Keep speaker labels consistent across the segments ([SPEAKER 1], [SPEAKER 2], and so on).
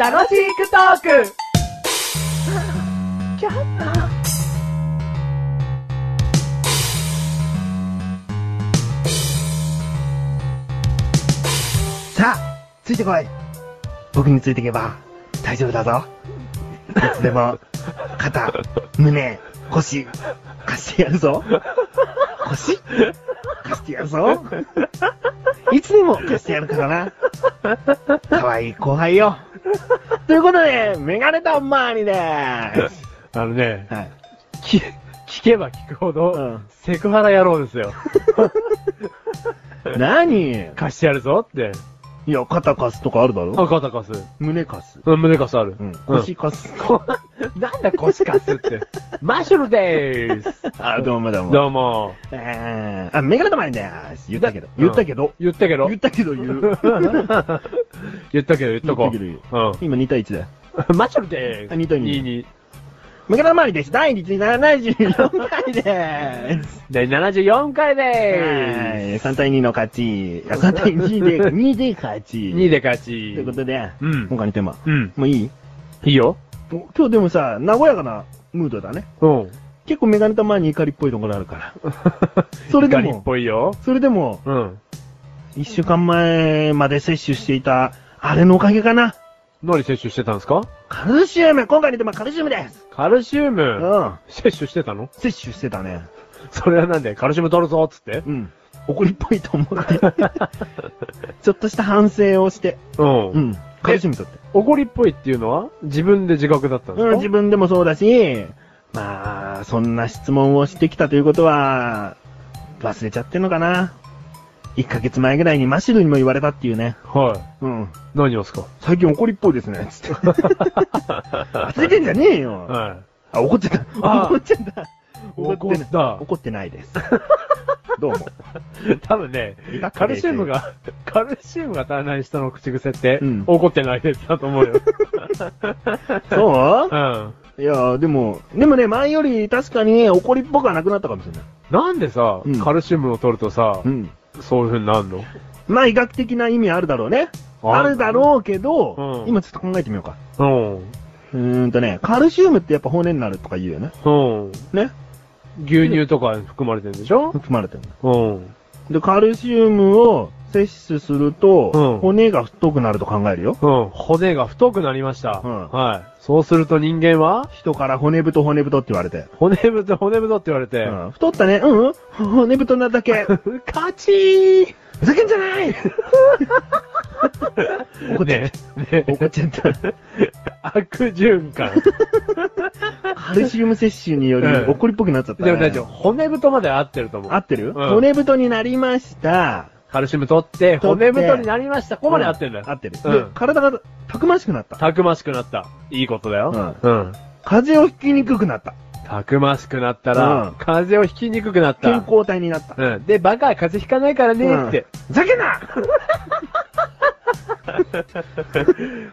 [SPEAKER 1] 楽しくトーク
[SPEAKER 2] さあ、ついてこい。僕についていけば大丈夫だぞ。いつでも、肩、胸、腰、貸してやるぞ。腰貸してやるぞ。いつでも貸してやるからな。可愛い後輩よ。ということで、メガネたまーにでーす。
[SPEAKER 3] あのね、
[SPEAKER 2] はい。
[SPEAKER 3] き聞けば聞くほど、
[SPEAKER 2] うん
[SPEAKER 3] セクハラ野郎です よ。
[SPEAKER 2] 何い
[SPEAKER 3] 貸してやるぞって。
[SPEAKER 2] や、肩貸すとかあるだろ
[SPEAKER 3] あ、肩貸す。
[SPEAKER 2] 胸貸す。
[SPEAKER 3] うん胸貸すある。
[SPEAKER 2] うん。
[SPEAKER 3] 腰
[SPEAKER 2] 腰貸す。
[SPEAKER 3] なんだ腰貸す って。マッシュルでーす。
[SPEAKER 2] あ、どうもどうも。
[SPEAKER 3] どうも。
[SPEAKER 2] えーあ、メガネたまにでーす。言ったけど。言ったけど。
[SPEAKER 3] 言ったけ ど
[SPEAKER 2] 言。ったけど言う。
[SPEAKER 3] 言ったけど言っとこう。
[SPEAKER 2] 言っ
[SPEAKER 3] うん。
[SPEAKER 2] 今2対1だよ。
[SPEAKER 3] マッシュルでーす。
[SPEAKER 2] あ二対二
[SPEAKER 3] 二二
[SPEAKER 2] メガネ周りです。第274回でーす。
[SPEAKER 3] 第74回で
[SPEAKER 2] えー、3対2の勝ち。あ3対2で、2で 勝ち。
[SPEAKER 3] ーす。2
[SPEAKER 2] で。
[SPEAKER 3] で勝
[SPEAKER 2] と
[SPEAKER 3] ち
[SPEAKER 2] い。うことで、
[SPEAKER 3] うん
[SPEAKER 2] 今回のテーマ。
[SPEAKER 3] うん。
[SPEAKER 2] もういい
[SPEAKER 3] いいよ。
[SPEAKER 2] お今日でもさ、和やかなムードだね。
[SPEAKER 3] うん。
[SPEAKER 2] 結構メガネたまに怒りっぽいところあるから。それで
[SPEAKER 3] ガリっ
[SPEAKER 2] も、
[SPEAKER 3] ぽいよ。
[SPEAKER 2] それでも、
[SPEAKER 3] うん。
[SPEAKER 2] 1週間前まで摂取していた、あれのおかげかな。
[SPEAKER 3] 何摂取してたんですか
[SPEAKER 2] カルシウム今回のテーマカルシウムです
[SPEAKER 3] カルシウム。
[SPEAKER 2] うん。
[SPEAKER 3] 摂取してたの
[SPEAKER 2] 摂取してたね。
[SPEAKER 3] それはなんでカルシウム取るぞっつって
[SPEAKER 2] うん。怒りっぽいと思って。 ちょっとした反省をして。
[SPEAKER 3] うん
[SPEAKER 2] う。ん。カルシウム取って。
[SPEAKER 3] 怒りっぽいっていうのは自分で自覚だったんです
[SPEAKER 2] う
[SPEAKER 3] か
[SPEAKER 2] ん、自分でもそうだし、まあ、そんな質問をしてきたということは、忘れちゃってんのかな。1ヶ月前ぐらいにマシルにも言われたっていうね。
[SPEAKER 3] はい。
[SPEAKER 2] うん。
[SPEAKER 3] 何をですか
[SPEAKER 2] 最近怒りっぽいですね。つって。 忘れてんじゃねえよ。
[SPEAKER 3] は
[SPEAKER 2] あ、怒ってた。
[SPEAKER 3] あ
[SPEAKER 2] 怒っちゃった。
[SPEAKER 3] い。
[SPEAKER 2] 怒ってない。
[SPEAKER 3] た。
[SPEAKER 2] 怒ってないです。 どうも。
[SPEAKER 3] 多分ね、カルシウ ムが、カルシウムが足らない人の口癖って、
[SPEAKER 2] うん
[SPEAKER 3] 怒ってないですだと思うよ。
[SPEAKER 2] そう
[SPEAKER 3] うん。
[SPEAKER 2] いやでも、でもね、前より確かに怒りっぽくはなくなったかもしれない。
[SPEAKER 3] なんでさ、
[SPEAKER 2] うん
[SPEAKER 3] カルシウムを取るとさ、
[SPEAKER 2] うん。
[SPEAKER 3] そういう風になるの
[SPEAKER 2] まあ、医学的な意味あるだろうね。
[SPEAKER 3] あ
[SPEAKER 2] あるだろうけど、
[SPEAKER 3] うん
[SPEAKER 2] 今ちょっと考えてみようか。
[SPEAKER 3] うん。
[SPEAKER 2] うーんとね、カルシウムってやっぱ骨になるとか言うよね。
[SPEAKER 3] うん。
[SPEAKER 2] ね。
[SPEAKER 3] 牛乳とかに含まれてるんでしょ
[SPEAKER 2] 含まれてるの
[SPEAKER 3] うん。
[SPEAKER 2] で、カルシウムを摂取すると、
[SPEAKER 3] うん
[SPEAKER 2] 骨が太くなると考えるよ。
[SPEAKER 3] うん。骨が太くなりました。
[SPEAKER 2] うん
[SPEAKER 3] はい。そうすると人間は、
[SPEAKER 2] 人から骨太骨太って言われて。
[SPEAKER 3] 骨太、骨太って言われて、
[SPEAKER 2] うん、太ったね、うん骨太なだけ。
[SPEAKER 3] カチー
[SPEAKER 2] ふざけんじゃない怒っちゃっ
[SPEAKER 3] ねね
[SPEAKER 2] た。怒っちゃった。
[SPEAKER 3] 悪循環。
[SPEAKER 2] カルシウム摂取によ
[SPEAKER 3] う
[SPEAKER 2] り
[SPEAKER 3] ん
[SPEAKER 2] 怒りっぽくなっちゃった、ね。
[SPEAKER 3] でも大丈夫。骨太まで合ってると思
[SPEAKER 2] 合
[SPEAKER 3] う。
[SPEAKER 2] ってる、
[SPEAKER 3] うん
[SPEAKER 2] 骨太になりました。
[SPEAKER 3] カルシウム取って、
[SPEAKER 2] 取って
[SPEAKER 3] 骨太になりました。ここまで合ってるんだ
[SPEAKER 2] 合
[SPEAKER 3] よ。
[SPEAKER 2] ってる。
[SPEAKER 3] うん
[SPEAKER 2] で、体がたくましくなった。
[SPEAKER 3] たくましくなった。いいことだよ。うん。
[SPEAKER 2] 風邪をひきにくくなった。
[SPEAKER 3] たくましくなった
[SPEAKER 2] うん
[SPEAKER 3] ら、風邪をひきにくくなった。
[SPEAKER 2] 健康体になった。
[SPEAKER 3] うん。で、バカは風邪ひかないからねって。
[SPEAKER 2] ふざけんな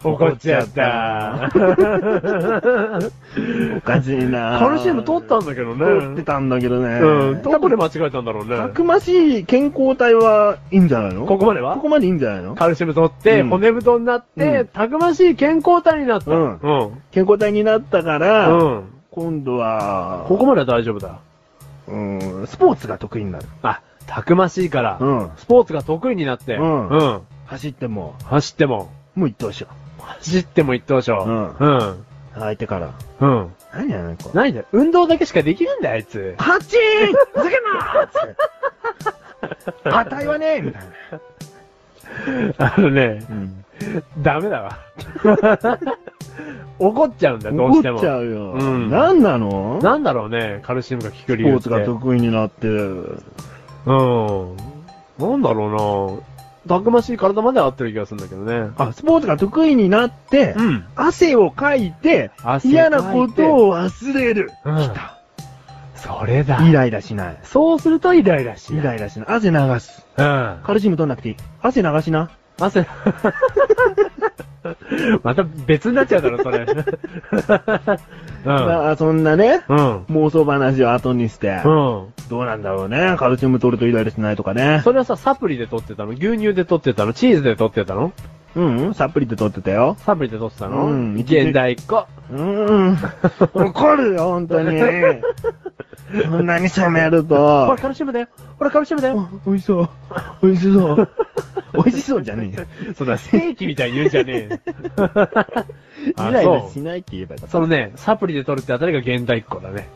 [SPEAKER 3] 怒っちゃった。
[SPEAKER 2] おかしいな
[SPEAKER 3] カルシウム取ったんだけどね。
[SPEAKER 2] 取ってたんだけどね。
[SPEAKER 3] うん。ど
[SPEAKER 2] 多
[SPEAKER 3] こで
[SPEAKER 2] 分、
[SPEAKER 3] 間違えたんだろう
[SPEAKER 2] た
[SPEAKER 3] ね。
[SPEAKER 2] くましい健康体はいいんじゃないの
[SPEAKER 3] ここまでは
[SPEAKER 2] ここまでいいんじゃないの
[SPEAKER 3] カルシウム取って、
[SPEAKER 2] うん
[SPEAKER 3] 骨太になって、
[SPEAKER 2] うん
[SPEAKER 3] たくましい健康体になった。
[SPEAKER 2] うん
[SPEAKER 3] うん。
[SPEAKER 2] 健康体になったから、
[SPEAKER 3] うん。
[SPEAKER 2] 今度は、
[SPEAKER 3] ここまでは大丈夫だ。
[SPEAKER 2] うん、スポーツが得意になる。
[SPEAKER 3] あ、たくましいから、
[SPEAKER 2] うん。
[SPEAKER 3] スポーツが得意になって、
[SPEAKER 2] うん
[SPEAKER 3] うん
[SPEAKER 2] 走っても、
[SPEAKER 3] 走っても、
[SPEAKER 2] もう一等賞。
[SPEAKER 3] 走っても一等賞。
[SPEAKER 2] うん
[SPEAKER 3] うん。
[SPEAKER 2] 相手から。
[SPEAKER 3] うん。
[SPEAKER 2] 何やねん、これ。
[SPEAKER 3] 何だよ運動だけしかできないんだよ、あいつ。
[SPEAKER 2] パチーンふざけんなつって 値はねえみたいな。
[SPEAKER 3] あのね、
[SPEAKER 2] うん。
[SPEAKER 3] ダメだ わ。怒っちゃうんだよ、どうして
[SPEAKER 2] 怒
[SPEAKER 3] も。
[SPEAKER 2] っちゃうよ。
[SPEAKER 3] うん
[SPEAKER 2] 何なのス
[SPEAKER 3] なんだろうね、カルシウムが効く
[SPEAKER 2] ポ
[SPEAKER 3] 理由
[SPEAKER 2] ー
[SPEAKER 3] って。
[SPEAKER 2] ツが得意になって、
[SPEAKER 3] うん。なんだろうなたくましい体までは合ってる気がするんだけどね。
[SPEAKER 2] あ、スポーツが得意になって、
[SPEAKER 3] うん。
[SPEAKER 2] 汗をかいて、
[SPEAKER 3] 汗
[SPEAKER 2] 嫌なこと
[SPEAKER 3] を。
[SPEAKER 2] を忘れる。
[SPEAKER 3] うん
[SPEAKER 2] 来た。
[SPEAKER 3] それだ。
[SPEAKER 2] イライラしない。
[SPEAKER 3] そうするとイライラし
[SPEAKER 2] イ
[SPEAKER 3] ない。
[SPEAKER 2] ライラしない。汗流す。
[SPEAKER 3] うん。
[SPEAKER 2] カルシウム取んなくていい。汗流しな。
[SPEAKER 3] 汗、 また別になっちゃうだろ、そ れ。
[SPEAKER 2] まあ、そんなね、
[SPEAKER 3] うん。
[SPEAKER 2] 妄想話を後にして、
[SPEAKER 3] うん。うん。
[SPEAKER 2] どうなんだろうね。カルシウム取るとイライラしないとかね。
[SPEAKER 3] それはさ、サプリで取ってたの牛乳で取ってたのチーズで取ってたの
[SPEAKER 2] うんうん、サプリで取ってたよ。
[SPEAKER 3] サプリで取ってたの
[SPEAKER 2] うん
[SPEAKER 3] 現代っ子。
[SPEAKER 2] うん。怒るよ、本当に。そんなに冷める
[SPEAKER 3] ほ
[SPEAKER 2] と
[SPEAKER 3] ら、。カルシウムだよ。ほら、カルシウムだよ。
[SPEAKER 2] お美味しそう。美味しそう。美味しそうじゃねえよ。
[SPEAKER 3] そん な、正規みたいに言うんじゃねえよ
[SPEAKER 2] イ
[SPEAKER 3] あ
[SPEAKER 2] ライラ
[SPEAKER 3] そ
[SPEAKER 2] しないって言えばよかった
[SPEAKER 3] うそのね、サプリで取るってあたりが現代っ子だね。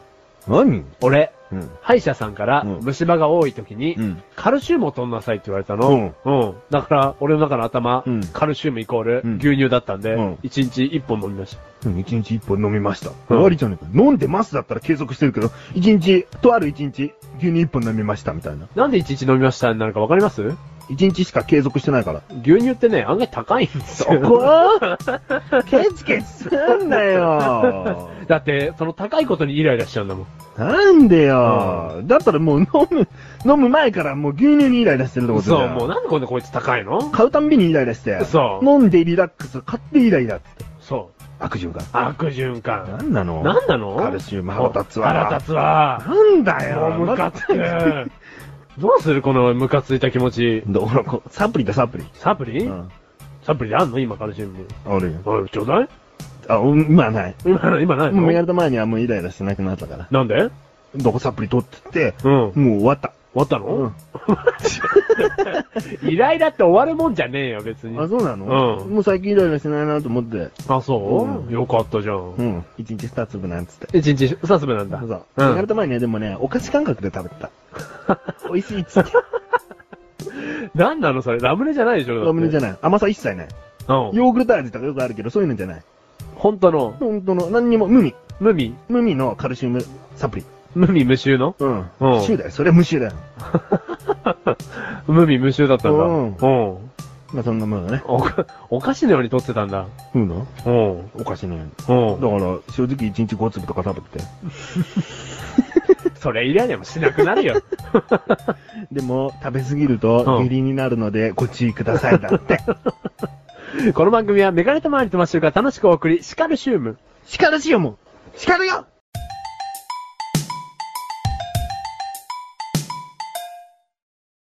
[SPEAKER 2] 何
[SPEAKER 3] 俺、
[SPEAKER 2] うん。
[SPEAKER 3] 歯医者さんから
[SPEAKER 2] うん
[SPEAKER 3] 虫歯が多い時に、
[SPEAKER 2] うん。
[SPEAKER 3] カルシウムを取んなさいって言われたの。うん。だから、俺の中の頭、
[SPEAKER 2] うん
[SPEAKER 3] カルシウムイコール
[SPEAKER 2] うん
[SPEAKER 3] 牛乳だったんで、
[SPEAKER 2] うん
[SPEAKER 3] 1日1本飲みました。
[SPEAKER 2] うん一日一本飲みました。
[SPEAKER 3] うん
[SPEAKER 2] 終わりじゃねえか。飲んでますだったら継続してるけど、一日、とある一日、牛乳一本飲みましたみたいな。
[SPEAKER 3] なんで1日飲みましたになるかわかります
[SPEAKER 2] 一日しか継続してないから。
[SPEAKER 3] 牛乳ってね、案外高いんですよ。
[SPEAKER 2] ケチケチすんなよ。
[SPEAKER 3] だって、その高いことにイライラしちゃうんだもん。
[SPEAKER 2] なんでよ、だったらもう飲む、 飲む前からもう牛乳にイライラしてるってことだ
[SPEAKER 3] そう、
[SPEAKER 2] よ。
[SPEAKER 3] もうなんでこんなこいつ高いの
[SPEAKER 2] 買うたんびにイライラして。
[SPEAKER 3] そう
[SPEAKER 2] 飲んでリラックス、買ってイライラって。
[SPEAKER 3] そう。
[SPEAKER 2] 悪循環。
[SPEAKER 3] 悪循環。
[SPEAKER 2] んなの
[SPEAKER 3] なんなの
[SPEAKER 2] カルシウム腹立つわ。
[SPEAKER 3] 腹立つわ。
[SPEAKER 2] なんだよ
[SPEAKER 3] もうムカつく。どうするこのムカついた気持ち。
[SPEAKER 2] どうこサプリだ、サプリ。
[SPEAKER 3] サプリ、
[SPEAKER 2] うん。
[SPEAKER 3] サプリであんの今カルシウム。
[SPEAKER 2] あるよ。
[SPEAKER 3] おい、ちょうだい
[SPEAKER 2] あ、うん今はない。
[SPEAKER 3] 今ない、今ない
[SPEAKER 2] もうや
[SPEAKER 3] の
[SPEAKER 2] るた前にはもうイライラしてなくなったから。
[SPEAKER 3] なんで
[SPEAKER 2] どこサプリ取ってって、
[SPEAKER 3] うん。終
[SPEAKER 2] もう終わった。
[SPEAKER 3] わった
[SPEAKER 2] うん
[SPEAKER 3] の、。イライラって終わるもんじゃねえよ、別に。
[SPEAKER 2] あ、そうなの
[SPEAKER 3] うん
[SPEAKER 2] もう最近イライラしてないなと思って。
[SPEAKER 3] あ、そう、
[SPEAKER 2] うん
[SPEAKER 3] よかったじゃん。
[SPEAKER 2] うん。一日二粒なんつって。
[SPEAKER 3] 一日二粒なんだ。
[SPEAKER 2] そうそう。
[SPEAKER 3] うん
[SPEAKER 2] やるた前にはでもね、お菓子感覚で食べて た。美味しいっつって。
[SPEAKER 3] なんなのそれラムネじゃないでしょ
[SPEAKER 2] ラムネじゃ
[SPEAKER 3] ない。
[SPEAKER 2] ない。甘さ一切ない。
[SPEAKER 3] うん。
[SPEAKER 2] ヨーグルト味とかよくあるけど、そういうのじゃない。
[SPEAKER 3] 本当の、
[SPEAKER 2] 本当の、何にも、無味。
[SPEAKER 3] 無味、
[SPEAKER 2] 無味のカルシウムサプリ。
[SPEAKER 3] 無味無臭の
[SPEAKER 2] うん。
[SPEAKER 3] うん
[SPEAKER 2] 無臭だよ。それは無臭だよ。
[SPEAKER 3] 無味無臭だったんだ。
[SPEAKER 2] うん
[SPEAKER 3] うん
[SPEAKER 2] まあそんなものだね。
[SPEAKER 3] おか、お菓子のように取ってたんだ。
[SPEAKER 2] うんの
[SPEAKER 3] うん。
[SPEAKER 2] お菓子のように。
[SPEAKER 3] うん。
[SPEAKER 2] だから、正直一日5粒とか食べてて。
[SPEAKER 3] それイライラもしなくなるよ。
[SPEAKER 2] でも、食べ過ぎると
[SPEAKER 3] う、ん
[SPEAKER 2] 下痢になるので、ご注意くださいだ って。
[SPEAKER 3] この番組はメガネとマーニとマッシュルが楽しくお送り、シカルシウム。
[SPEAKER 2] 叱るしよ、もう叱るよ